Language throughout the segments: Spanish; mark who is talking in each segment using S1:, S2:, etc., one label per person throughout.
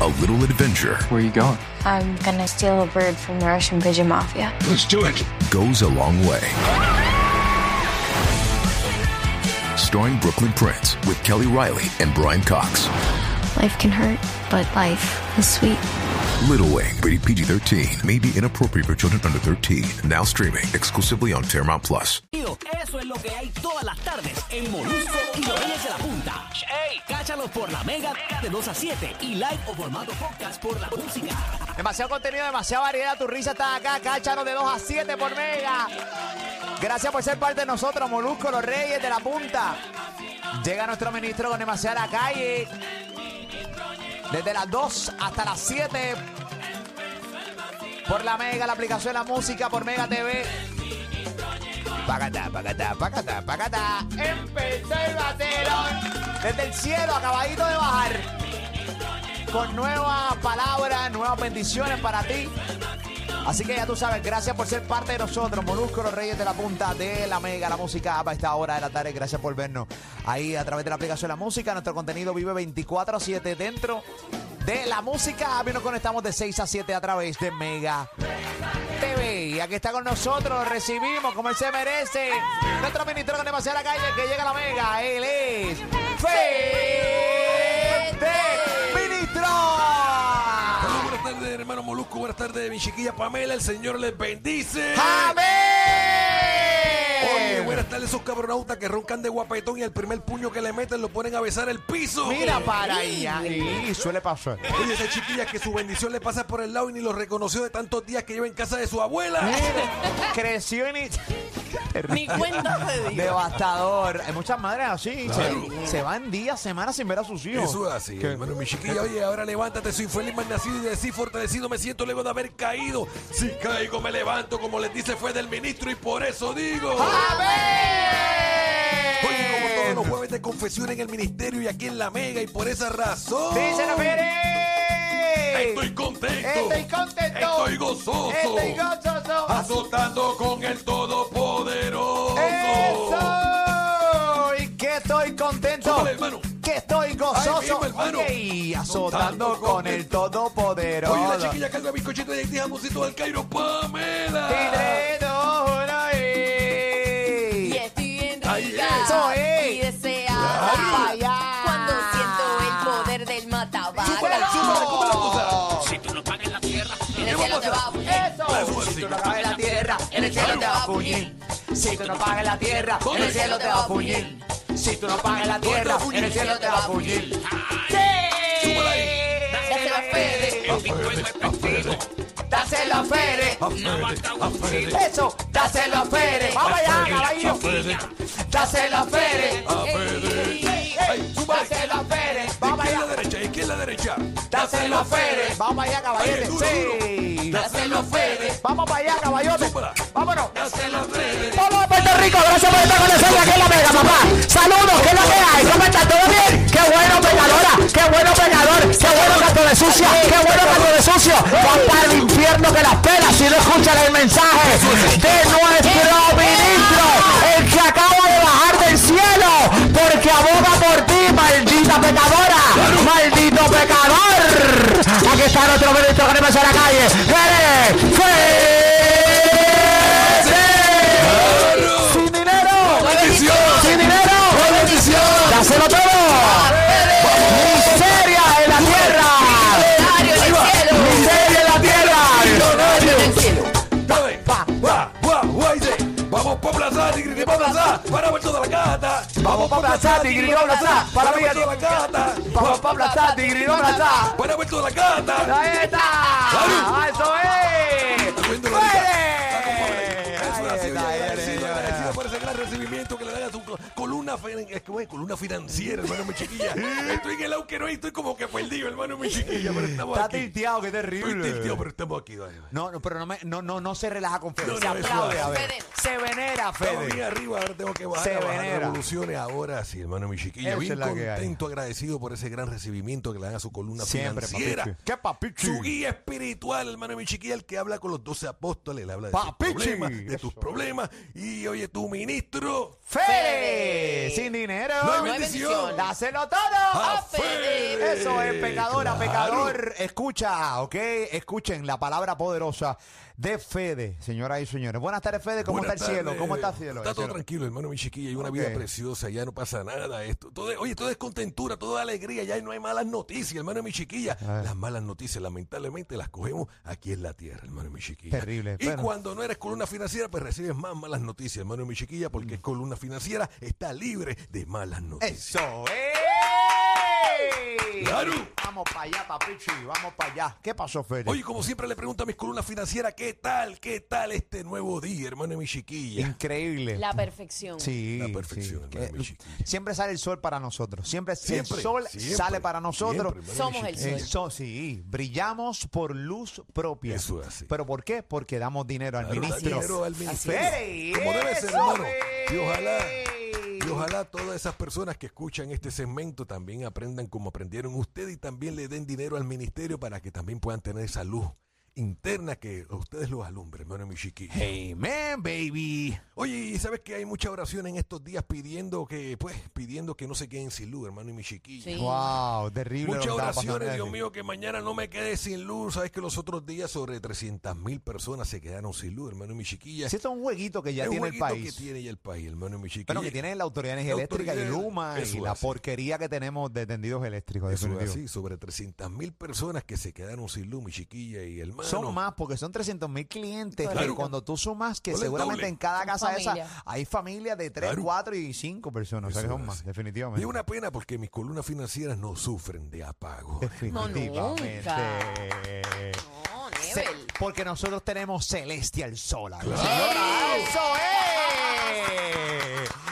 S1: A little adventure
S2: Where are you going?
S3: I'm gonna steal a bird from the Russian pigeon mafia.
S4: Let's do it.
S1: goes a long way. Starring Brooklyn Prince with Kelly Riley and Brian Cox.
S5: Life can hurt, but life is sweet.
S1: Little Wing, rated PG 13, may be inappropriate for children under 13. Now streaming exclusively on Paramount Plus.
S6: Eso es lo que hay todas las tardes en Molusco y los Reyes de la Punta. Cáchalos por la Mega de 2 a 7 y live o formato podcast por la música.
S7: Demasiado contenido, demasiada variedad. Tu risa está acá, cáchanos de 2 a 7 por mega. Gracias por ser parte de nosotros, Molusco, los Reyes de la Punta. Llega nuestro ministro con demasiada calle. Desde las 2 hasta las 7. Por la mega, la aplicación de la música, por Mega TV. Pacata, pacata, pacata, pacata. Empezó el baterón. Desde el cielo, acabadito de bajar con nuevas palabras, nuevas bendiciones para ti. Así que ya tú sabes, gracias por ser parte de nosotros, Molusco, los Reyes de la Punta de la Mega, la música app a esta hora de la tarde. Gracias por vernos ahí a través de la aplicación La Música. Nuestro contenido vive 24-7 dentro de la música app y nos conectamos de 6 a 7 a través de Mega TV. Y aquí está con nosotros, lo recibimos como él se merece. Nuestro ministro con demasiada calle que llega a la Mega, él es Fede Ministro.
S8: Buenas tardes, hermano Molusco. Buenas tardes, mi chiquilla Pamela. El Señor les bendice. Oye,
S7: ¡Amén!
S8: buenas tardes, esos cabronautas que roncan de guapetón y el primer puño que le meten lo ponen a besar el piso.
S7: Mira para allá. Y suele pasar.
S8: Oye, esa chiquilla que su bendición le pasa por el lado y ni lo reconoció de tantos días que lleva en casa de su abuela.
S7: Creció en
S9: Ni cuenta se dio.
S7: devastador. Hay muchas madres así.
S8: Claro.
S7: Se, se van días, semanas sin ver a sus hijos.
S8: Eso es así, hermano. Mi chiquilla, oye, ahora levántate. Soy feliz, mal nacido y de sí fortalecido. Me siento luego de haber caído. Si caigo, me levanto, como les dice fue del ministro y por eso digo. Oye, como todos los
S7: ¡Amén!
S8: jueves de confesión en el ministerio y aquí en la mega y por esa razón.
S7: ¡Díselo,
S8: Estoy
S7: Pérez!
S8: contento.
S7: Estoy contento.
S8: Estoy gozoso.
S7: Estoy gozoso.
S8: Azotando con el todopoderoso.
S7: ¡Eso! Y que estoy contento.
S8: Súbale, hermano.
S7: Que estoy
S8: Ahí
S7: gozoso.
S8: mismo, hermano.
S7: Oye, y azotando
S8: Contando
S7: con
S8: con
S7: el
S8: el-
S7: todopoderoso.
S8: Oye, la chiquilla carga bizcochito y dejamos musito del Cairo Pamela.
S7: Y tres, dos, uno, y-
S9: Y estoy bien
S8: Ahí
S9: rica
S8: es.
S7: Eso es.
S9: y deseada
S7: Para allá.
S9: cuando siento el poder del
S7: Súbelo,
S9: matabaca.
S8: Súbale, ¿cómo la cosa?
S9: En el cielo te va a bullir.
S7: Eso. Si tú no pagas la tierra, en el cielo te va a puñir. Si tú no pagas la tierra, en el cielo te va a puñir. Si tú no pagas la tierra, en el cielo te va a puñir.
S8: Súbala ahí.
S7: Dáselo a Fede, dáselo a Fede. Eso, dáselo a Fede. Vamos allá, caballito. Dáselo a Fede.
S8: Ay, súbale.
S7: Dáselo a Fede. Vamos
S8: Izquierda,
S7: allá.
S8: derecha, izquierda, derecha.
S7: Dáselo a Fede. Vamos allá,
S8: Oye,
S7: caballete.
S8: duro,
S7: Sí.
S8: duro. Dáselo a Fede.
S7: Vamos para allá, caballote.
S8: Súbala.
S7: Vámonos.
S8: Dáselo a Fede.
S7: Hola Puerto Rico, gracias por estar con nosotros aquí en la Mega, papá. Saludos, ¿qué es lo que hay? ¿Cómo está? ¿Todo bien? ¡Qué bueno, pegadora! ¡Qué bueno, pegador! ¡Qué bueno, gato de sucia! ¡Qué bueno, gato de sucio! ¡Papá el infierno que las pelas si no escuchan el mensaje de nuestro ministro, el que acaba de bajar del cielo, porque aboga por ti, maldita pecadora, maldito pecador. Aquí está nuestro ministro que no a la calle. ¡Eres ¡Sin dinero!
S8: ¡Bendición!
S7: ¡Sin dinero!
S8: ¡Bendición!
S7: ¡Dáselo todo! ¡Miseria en la tierra!
S9: Millonario en el cielo.
S7: ¡Miseria en la tierra!
S9: Millonario en el cielo.
S8: Dale, pa, pa, pa, guayse. Vamos pa' plaza, tigre, pa' plaza, para ver toda la gata.
S7: Vamos pa' plaza, tigre, pa' plaza, para
S8: para ver
S7: ver-
S8: toda la gata.
S7: ¡Vamos para aplastar, tigre! ¡Vamos a aplastar!
S8: Para ver toda la gata.
S7: ¡Ahí está! ¡Ah, ¡Eso es!
S8: Tremendo la
S7: ¡Fuere!
S8: Eso es así,
S7: Ahí
S8: oye,
S7: está, ahí está, ahí
S8: agradecido,
S7: está.
S8: agradecido por ese gran recibimiento que le dan a su co- columna columna, fin- es como es columna financiera, hermano, mi chiquilla. estoy en el aunque no estoy como que perdido, hermano, mi chiquilla, pero estamos
S7: Está
S8: aquí.
S7: tilteado, qué terrible.
S8: Estoy tilteado, pero estamos aquí. dale, dale.
S7: No, no, pero no, me- no, no, no se relaja con Fede.
S8: No,
S7: se
S8: no, es
S7: aplaude
S8: suave.
S7: a ver.
S9: Fede.
S7: Se venera,
S8: Estaba bien
S7: Fede.
S8: arriba, ahora tengo que
S7: Se
S8: bajar, a bajar
S7: venera.
S8: revoluciones. Ahora sí, hermano, mi chiquilla.
S7: Esa
S8: Bien
S7: es la que hay.
S8: contento, agradecido por ese gran recibimiento que le dan a su columna
S7: Siempre,
S8: financiera.
S7: papichi. ¿Qué papichi?
S8: Su guía espiritual, hermano, mi chiquilla, el que habla con los doce apóstoles, le habla de
S7: Papichi.
S8: tus problemas, de tus
S7: Eso.
S8: problemas. Y oye, tu ministro.
S7: Fede. Sin dinero.
S8: No hay No hay bendición. bendición.
S7: Dáselo todo.
S8: ¡A
S7: ¡A Fede!
S8: Fede!
S7: Eso es, pecadora,
S8: Claro.
S7: pecador. Escucha, ¿ok? Escuchen la palabra poderosa de Fede, señoras y señores. Buenas tardes, Fede. ¿Cómo
S8: Buenas
S7: está el cielo?
S8: tardes.
S7: ¿Cómo está el cielo?
S8: Está
S7: El
S8: todo
S7: cielo.
S8: tranquilo, hermano, mi chiquilla. Hay una
S7: Ok.
S8: vida preciosa, ya no pasa nada. Esto, todo, es- oye, todo es contentura, todo es alegría, ya no hay malas noticias, hermano, mi chiquilla. Las malas noticias, lamentablemente, las cogemos aquí en la tierra, hermano, mi chiquilla.
S7: Terrible,
S8: Y
S7: bueno.
S8: cuando no eres columna financiera, pues recibes más malas noticias, hermano, mi chiquilla, porque columna financiera está libre de malas noticias.
S7: Mm. Eso es.
S8: Claro.
S7: Vamos para allá, papichi. Vamos para allá. ¿Qué pasó, Fede?
S8: Oye, como siempre le pregunto a mis columnas financieras, ¿qué tal? ¿Qué tal este nuevo día, hermano, mi chiquilla?
S7: Increíble.
S9: La perfección.
S7: Sí,
S8: La perfección,
S7: sí.
S8: hermano,
S7: Eh,
S8: mi chiquilla.
S7: Siempre sale el sol para nosotros. Siempre,
S8: Siempre,
S7: el sol
S8: siempre,
S7: sale para nosotros.
S8: siempre, hermano, mi
S9: Somos el sol.
S8: chiquilla.
S7: Eh, so- sí, brillamos por luz propia.
S8: Eso es así.
S7: ¿Pero por qué? Porque damos dinero al
S8: Claro,
S7: ministro.
S8: dinero al ministerio.
S7: ¡Ey,
S8: Como debe ser,
S7: eso
S8: hermano.
S7: es!
S8: Y ojalá, y ojalá todas esas personas que escuchan este segmento también aprendan como aprendieron ustedes y también le den dinero al ministerio para que también puedan tener esa luz interna que a ustedes los alumbre, hermano mi chiquilla.
S7: Amen, baby.
S8: Oye, y sabes que hay mucha oración en estos días pidiendo que, pues, pidiendo que no se queden sin luz, hermano y mi chiquilla.
S9: Sí.
S7: Wow, terrible.
S8: Muchas
S7: lo que estaba pasando
S8: oraciones,
S7: en
S8: Dios
S7: el-
S8: mío, que mañana no me quede sin luz. Sabes que los otros días sobre 300 mil personas se quedaron sin luz, hermano y mi chiquilla.
S7: Si esto es un hueguito que ya
S8: Es un
S7: tiene el
S8: jueguito
S7: país.
S8: que tiene ya el país, hermano mi chiquilla.
S7: Bueno, que tiene la autoridad
S8: La
S7: eléctrica y
S8: autoridad-
S7: Luma y
S8: Eso
S7: la
S8: es.
S7: porquería que tenemos de tendidos eléctricos.
S8: Eso es
S7: definitivo.
S8: así, sobre 300 mil personas que se quedaron sin luz, mi chiquilla y hermano.
S7: Son más porque son 300 mil clientes. que
S8: Claro.
S7: cuando tú sumas, que
S8: Ponle el
S7: seguramente
S8: doble.
S7: en cada
S9: Son
S7: casa
S9: familias.
S7: esa hay familias de 3,
S8: Claro.
S7: 4 y 5 personas. O sea, que
S8: Eso
S7: son
S8: es
S7: más,
S8: así.
S7: definitivamente.
S8: Y es una pena porque mis columnas financieras no sufren de apago.
S7: Definitivamente.
S9: No,
S7: Se-
S9: Nebel.
S7: porque nosotros tenemos Celestial Solar.
S8: ¡Claro!
S7: ¡Eso es!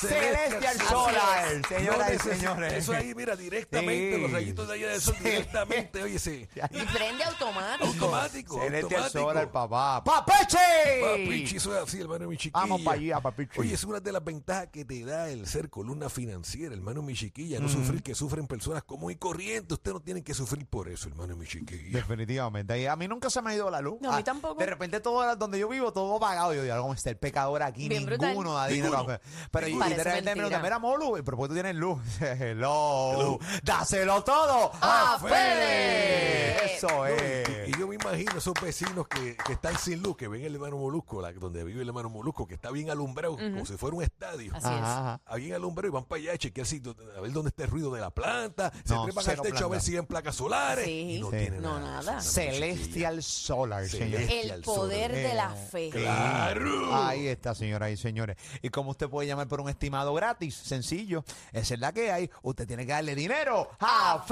S7: Celestial Solar, señoras y
S8: No neces-
S7: señores.
S8: Eso ahí, mira, directamente,
S7: Sí.
S8: los rayitos de allá de sol,
S7: Sí.
S8: directamente, oye, se...
S9: Y prende automático.
S8: Automático,
S7: Celestial
S8: automático.
S7: Solar, papá. ¡Papeche!
S8: Papichi, eso es así, hermano mi chiquilla.
S7: Vamos pa' allá, papichi.
S8: Oye, es una de las ventajas que te da el ser columna financiera, hermano mi chiquilla. No sufrir que sufren personas común y corriente. Usted no tiene que sufrir por eso, hermano mi chiquilla.
S7: Definitivamente. Y a mí nunca se me ha ido la luz.
S9: No, a mí
S7: Ah,
S9: tampoco.
S7: De repente, todo era- donde yo vivo, todo pagado. Yo digo, ¿cómo está el pecador aquí?
S9: Bien brutal.
S7: Ninguno da dinero.
S8: Ninguno.
S7: Pero yo
S9: Ninguno.
S7: literalmente
S9: Parece
S7: me preguntan,
S9: mentira.
S7: mira, Molu, pero pues tú tienes luz. Hello. Dáselo todo
S9: ¡A
S7: a Fede.
S9: Fede!
S7: Eso
S8: Y
S7: es.
S8: yo me imagino esos vecinos que, que están sin luz, que ven el hermano Molusco, la- donde vive el hermano Molusco, que está bien alumbrado, como si fuera un estadio.
S9: Así es.
S7: Ajá.
S8: Ah, Bien alumbrado y van para allá a chequear si- a ver dónde está el ruido de la planta, se
S7: No,
S8: trepan al
S7: cero
S8: techo a ver
S7: planta.
S8: si ven placas solares.
S9: Sí.
S8: Y no
S9: Sí.
S8: tienen
S9: No,
S8: nada.
S9: nada.
S7: Celestial Solar, señor.
S8: Celestial.
S9: El poder de la fe.
S8: ¡Claro!
S7: Ahí está, señoras y señores. ¿Y cómo usted puede llamar por un estimado gratis? Sencillo. Esa es la que hay. Usted tiene que darle dinero a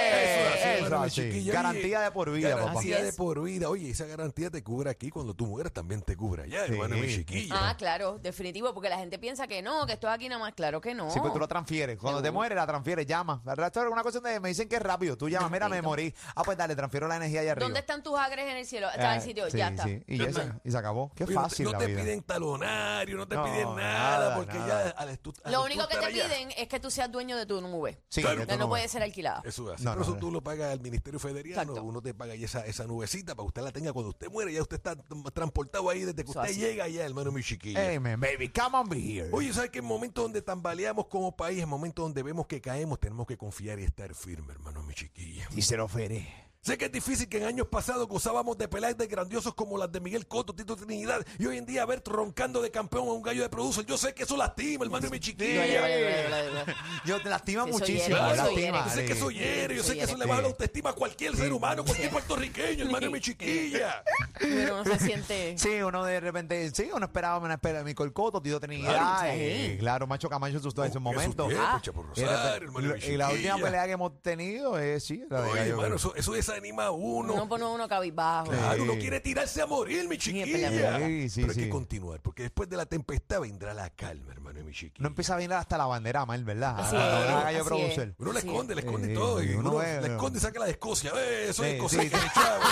S7: Fede.
S8: Eso así,
S7: Eso así.
S8: chiquilla.
S7: Garantía
S8: Oye,
S7: de por vida, papá.
S8: Garantía
S9: Así
S8: de
S9: es.
S8: por vida. Oye, esa garantía te cubre aquí. Cuando tú mueras, también te cubre allá,
S7: Sí.
S8: hermano, mi chiquilla.
S9: Ah, claro, definitivo, porque la gente piensa que no, que esto es aquí nada más. Claro que no.
S7: Sí, pues tú la transfieres. Cuando te mueres, la transfieres, llama. ¿Verdad? Esto es una cuestión de me dicen que es rápido. Tú llamas, mira, me morí. Ah, pues dale, transfiero la energía allá arriba.
S9: ¿Dónde están tus agres en el cielo? Está en el
S7: Eh,
S9: sitio,
S7: sí,
S9: ya está.
S7: sí. Y, ya se, y se acabó. Qué
S8: Oye, no te-
S7: fácil
S8: no te,
S7: la vida.
S8: piden talonario, no te
S7: No,
S8: piden nada,
S7: nada,
S8: porque
S7: nada.
S8: ya al estu- al
S9: Lo
S8: tú
S9: único que
S8: estar
S9: te
S8: allá,
S9: piden es que tú seas dueño de tu nube.
S7: Sí,
S8: Claro.
S7: de tu
S9: No, no
S7: nube.
S9: puede ser alquilada.
S8: Eso es así.
S7: No,
S8: Pero
S7: no,
S8: eso
S7: no.
S8: tú lo pagas al Ministerio Federal,
S9: Exacto.
S8: uno te paga ahí esa, esa nubecita para que usted la tenga cuando usted muere. Ya usted está mm, transportado ahí desde que
S9: Eso
S8: usted
S9: así.
S8: llega allá, hermano, mi chiquilla.
S7: Hey, man, baby, come on, be here.
S8: Oye, ¿sabes que En momentos donde tambaleamos como país, en momentos donde vemos que caemos, tenemos que confiar y estar firme, hermano, mi chiquilla.
S7: Y se lo ofrece.
S8: Sé que es difícil que en años pasados gozábamos de peleas de grandiosos como las de Miguel Cotto, Tito Trinidad, y hoy en día ver roncando de campeón a un gallo de producer. Yo sé que eso lastima, hermano, y mi
S9: Duele,
S8: chiquilla.
S9: duele, duele, duele, duele.
S7: Yo te lastima
S9: Sí, soy
S7: muchísimo.
S9: Eric, soy
S7: lastima,
S9: Eric.
S8: Yo sé que eso hiere, yo
S9: Eso
S8: sé que eso
S9: hiere.
S8: le baja la autoestima a cualquier ser humano, cualquier puertorriqueño, hermano, y mi chiquilla.
S9: Uno no se siente.
S7: Sí, uno de repente, sí, uno esperaba una espera de mi colcoto, Tito Trinidad.
S8: Claro, Oh,
S7: eh, Claro, Macho Camacho tú estás en su
S8: Como que
S7: momento.
S8: su tiempo,
S7: Ah.
S8: Chapo
S7: Y de repente-
S8: Rosario, hermano, mi
S7: y la última
S8: chiquilla.
S7: pelea que hemos tenido es, sí, la de
S8: Oye,
S7: Gallo.
S8: hermano, eso, eso es esa anima a uno.
S9: No pone uno cabizbajo.
S8: Claro, uno
S7: Sí.
S8: quiere tirarse a morir, mi
S9: Ni en
S8: chiquilla.
S7: pelea. Sí, sí,
S8: Pero hay
S7: sí.
S8: que continuar, porque después de la tempestad vendrá la calma, hermano, y mi chiquilla.
S7: No empieza a venir hasta la bandera, mal, ¿verdad?
S9: Así
S7: Hasta
S9: es,
S7: la haga yo
S9: así
S7: producer.
S9: es.
S8: Uno la
S9: Sí.
S8: esconde, la esconde
S7: Eh,
S8: todo. Y
S7: uno
S8: uno
S7: ve,
S8: la
S7: no.
S8: esconde y saca la de Escocia. ¡Eh, soy
S7: Sí,
S8: escocesa!
S7: sí.
S8: chavo!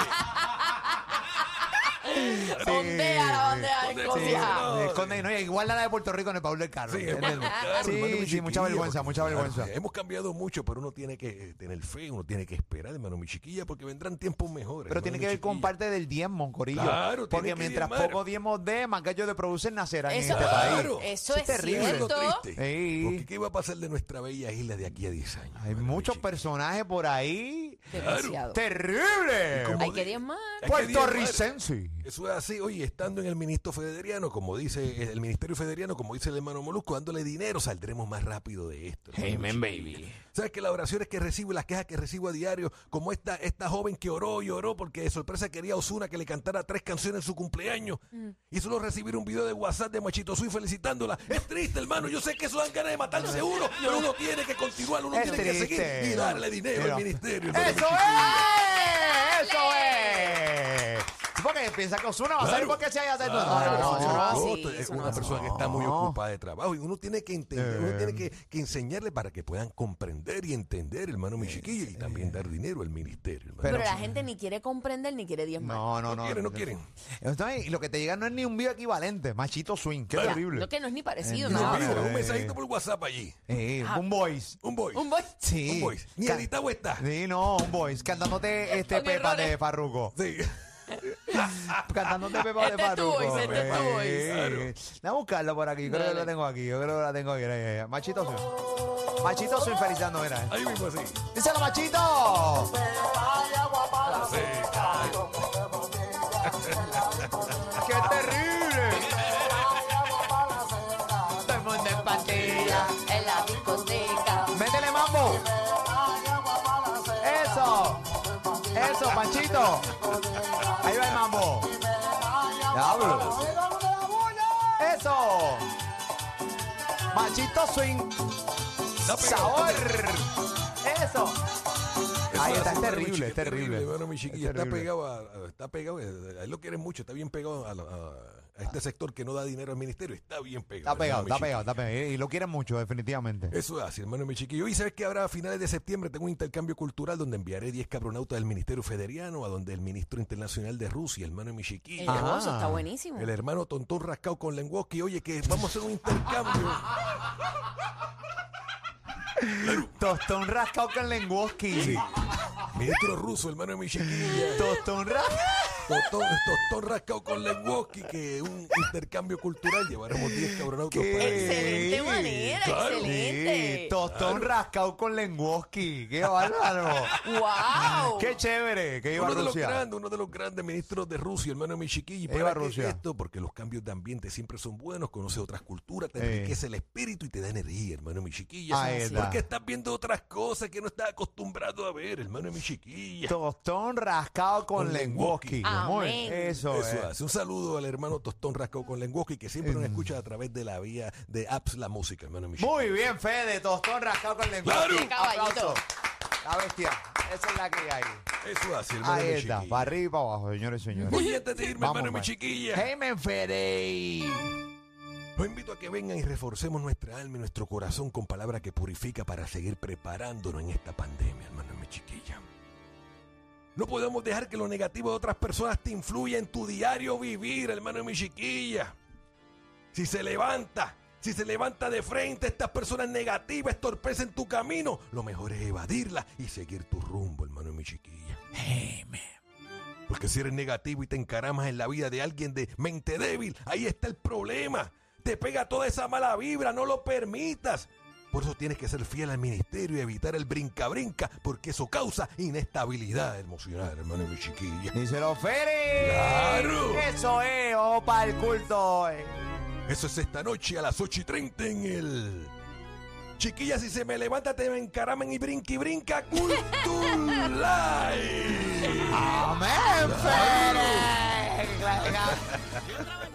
S9: Ondea la bandera de
S7: Sí,
S9: Escocia.
S7: eh, esconde, no, igual la de Puerto Rico en el Paul del Carro.
S8: Sí,
S7: ¿entiendes?
S8: hermano, claro,
S7: sí,
S8: hermano, mi
S7: sí,
S8: chiquilla,
S7: mucha vergüenza,
S8: porque,
S7: mucha
S8: claro, eh,
S7: vergüenza.
S8: Hemos cambiado mucho, pero uno tiene que eh, tener fe, uno tiene que esperar, hermano, mi chiquilla, porque vendrán tiempos mejores.
S7: Pero
S8: hermano,
S7: tiene
S8: mi
S7: que ver con
S8: chiquilla.
S7: parte del diezmo, Corillo.
S8: Claro, tiene
S7: Porque
S8: que
S7: mientras
S8: diezmar.
S7: poco diezmos de, más gallos de producer nacerán en
S9: Eso,
S7: este
S8: Claro.
S7: país.
S9: eso
S7: Eso es
S9: es
S7: terrible.
S8: Es lo
S9: cierto.
S8: triste.
S7: Ey.
S8: Porque ¿qué va a pasar de nuestra bella isla de aquí a 10 años?
S7: Hay
S8: hermano, mi
S7: muchos
S8: chiquilla?
S7: personajes por ahí.
S9: Demasiado. Hay
S7: ¡Terrible!
S9: que diezmar.
S8: Hay que diezmar.
S7: Puertorricense.
S8: Eso es así, oye, estando en el ministro federiano, como dice el ministerio federiano, como dice el hermano Molusco, dándole dinero, saldremos más rápido de esto. Amen, baby. ¿Sabes que las oraciones que recibo y las quejas que recibo a diario, como esta, esta joven que oró y oró porque de sorpresa quería a Osuna que le cantara tres canciones en su cumpleaños, y solo recibir un video de WhatsApp de Machito Sui felicitándola? Es triste, hermano, yo sé que eso dan ganas de matarse uno, pero uno tiene que continuar, uno
S7: Es
S8: tiene que
S7: triste.
S8: seguir y darle dinero
S7: Mira.
S8: al ministerio. hermano,
S7: ¡Eso
S8: chiquillo.
S7: es! ¡Eso es! Sí, Porque piensa que Osuna va a salir
S8: Claro.
S7: porque se haya hecho.
S9: no, no, eso no va
S8: Yo
S9: así,
S8: estoy- Es
S9: eso no
S8: una
S9: va
S8: persona que está muy ocupada de trabajo y uno tiene que entender, uno tiene que, que enseñarle para que puedan comprender y entender, hermano,
S7: Eh,
S8: mi chiquillo, y también dar dinero al ministerio. hermano.
S9: Pero la gente ni quiere comprender ni quiere diezmar.
S7: No, no,
S8: no,
S7: no.
S8: quieren, no quieren.
S7: Entonces, y lo que te llega no es ni un video equivalente. Machito swing. Qué
S9: O sea,
S7: terrible.
S9: No que no es ni parecido,
S7: No,
S9: no.
S8: Mira,
S7: no,
S8: un
S7: eh.
S8: mensajito por WhatsApp allí.
S7: Eh, un voice.
S8: Un voice.
S9: Un boy.
S7: Sí.
S8: Un voice. Ni
S7: Ca-
S8: editado está.
S7: Sí, no, un voice. Cantándote este
S9: Con
S7: Pepa
S9: errores.
S7: de Farruko.
S8: Sí.
S7: Cantándote Pepa
S9: Este
S7: de
S9: es tu
S7: Farruko.
S9: voice, este es tu voice.
S7: Eh, Déjame buscarlo por aquí. Yo creo que lo tengo aquí. Yo creo que lo tengo aquí. Mira, mira, mira. Machito swing. Machito swing felizando, mira.
S8: Ahí mismo así.
S7: ¡Díselo, Machito! ¡Qué terrible! Todo el mundo en pantilla.
S9: En la discoteca.
S7: ¡Métele mambo! ¡Eso! ¡Eso, Panchito! Ahí va el mambo. ¡Diablo! ¡Eso! ¡Machito Swing!
S8: Está pegado,
S7: ¡Sabor!
S8: está pegado.
S7: ¡Eso!
S8: Eso
S7: Ahí está,
S8: hace,
S7: es
S8: hermano, mi
S7: terrible,
S8: chiquilla,
S7: es terrible.
S8: hermano, mi chiquilla,
S7: Es
S8: está
S7: terrible.
S8: pegado, a- a- está pegado, eh, a él lo quieren mucho, está bien pegado a, la- a- a este sector que no da dinero al ministerio, está bien pegado.
S7: Está pegado,
S8: hermano, mi
S7: está
S8: chiquilla.
S7: pegado, está pegado. Y lo quieren mucho, definitivamente.
S8: Eso es así, hermano mi chiquillo. Y sabes que ahora a finales de septiembre tengo un intercambio cultural donde enviaré 10 cabronautas del Ministerio Federiano a donde el ministro internacional de Rusia, hermano mi chiquillo.
S9: Hermoso,
S7: Ah.
S9: está buenísimo.
S8: El hermano tontón rascado con lenguoski, oye, que vamos a hacer un intercambio.
S7: Tostón rascado con lenguoski.
S8: Sí. Ministro ruso, hermano mi chiquilla.
S7: Tostón rascado.
S8: Totón, tostón rascado con lenguoski, que un intercambio cultural llevaremos 10 cabronautas
S7: ¿Qué?
S8: para allá.
S9: Excelente
S7: Sí,
S9: manera,
S8: claro.
S9: excelente.
S7: Tostón
S8: Ah.
S7: rascado con lenguoski. Qué bárbaro.
S9: ¡Wow!
S7: Qué chévere. Que iba a
S8: uno de los
S7: Rusia.
S8: grandes, uno de los grandes ministros de Rusia, hermano mi chiquillo. ¿Y
S7: Viva
S8: qué
S7: Rusia.
S8: esto? Porque los cambios de ambiente siempre son buenos, conoces otras culturas, te
S7: Eh.
S8: enriquece el espíritu y te da energía, hermano mi chiquilla.
S7: Ahí está.
S8: Porque estás viendo otras cosas que no estás acostumbrado a ver, hermano mi chiquilla.
S7: Tostón rascado con,
S8: Con
S7: lenguoski. mi amor.
S9: Amén.
S7: Eso,
S8: Eso
S7: es. Mm.
S8: hace. Un saludo al hermano Tostón Rascado con Lenguoski que siempre nos escucha a través de la vía de apps La Música, hermano mi chiquilla.
S7: Muy bien, Fede. Tostón rascado con lenguoski.
S8: Claro.
S9: Qué caballito.
S7: Aplauso. La bestia. Esa es la que hay.
S8: Eso hace, hermano
S7: Ahí
S8: mi
S7: está.
S8: chiquilla.
S7: Para arriba y para abajo, señores y señores.
S8: Oye, antes de irme,
S7: Vamos, pues.
S8: hermano mi
S7: man.
S8: chiquilla.
S7: Jaime Fede.
S8: Los invito a que vengan y reforcemos nuestra alma y nuestro corazón con palabra que purifica para seguir preparándonos en esta pandemia, hermano mi chiquilla. No podemos dejar que lo negativo de otras personas te influya en tu diario vivir, hermano mi chiquilla. Si se levanta, si se levanta de frente estas personas negativas, torpecen tu camino, lo mejor es evadirlas y seguir tu rumbo, hermano mi chiquilla. Porque si eres negativo y te encaramas en la vida de alguien de mente débil, ahí está el problema. Te pega toda esa mala vibra, no lo permitas. Por eso tienes que ser fiel al ministerio y evitar el brinca-brinca, porque eso causa inestabilidad emocional, hermano mi chiquilla.
S7: Díselo, Fede.
S8: Claro.
S7: Eso es. Opa, el culto. eh.
S8: Eso es esta noche a las 8 y 30 en el. Chiquilla, si se me levanta, te me encaraman y brinqui brinca cultural.
S7: Amén, Fede. Claro. este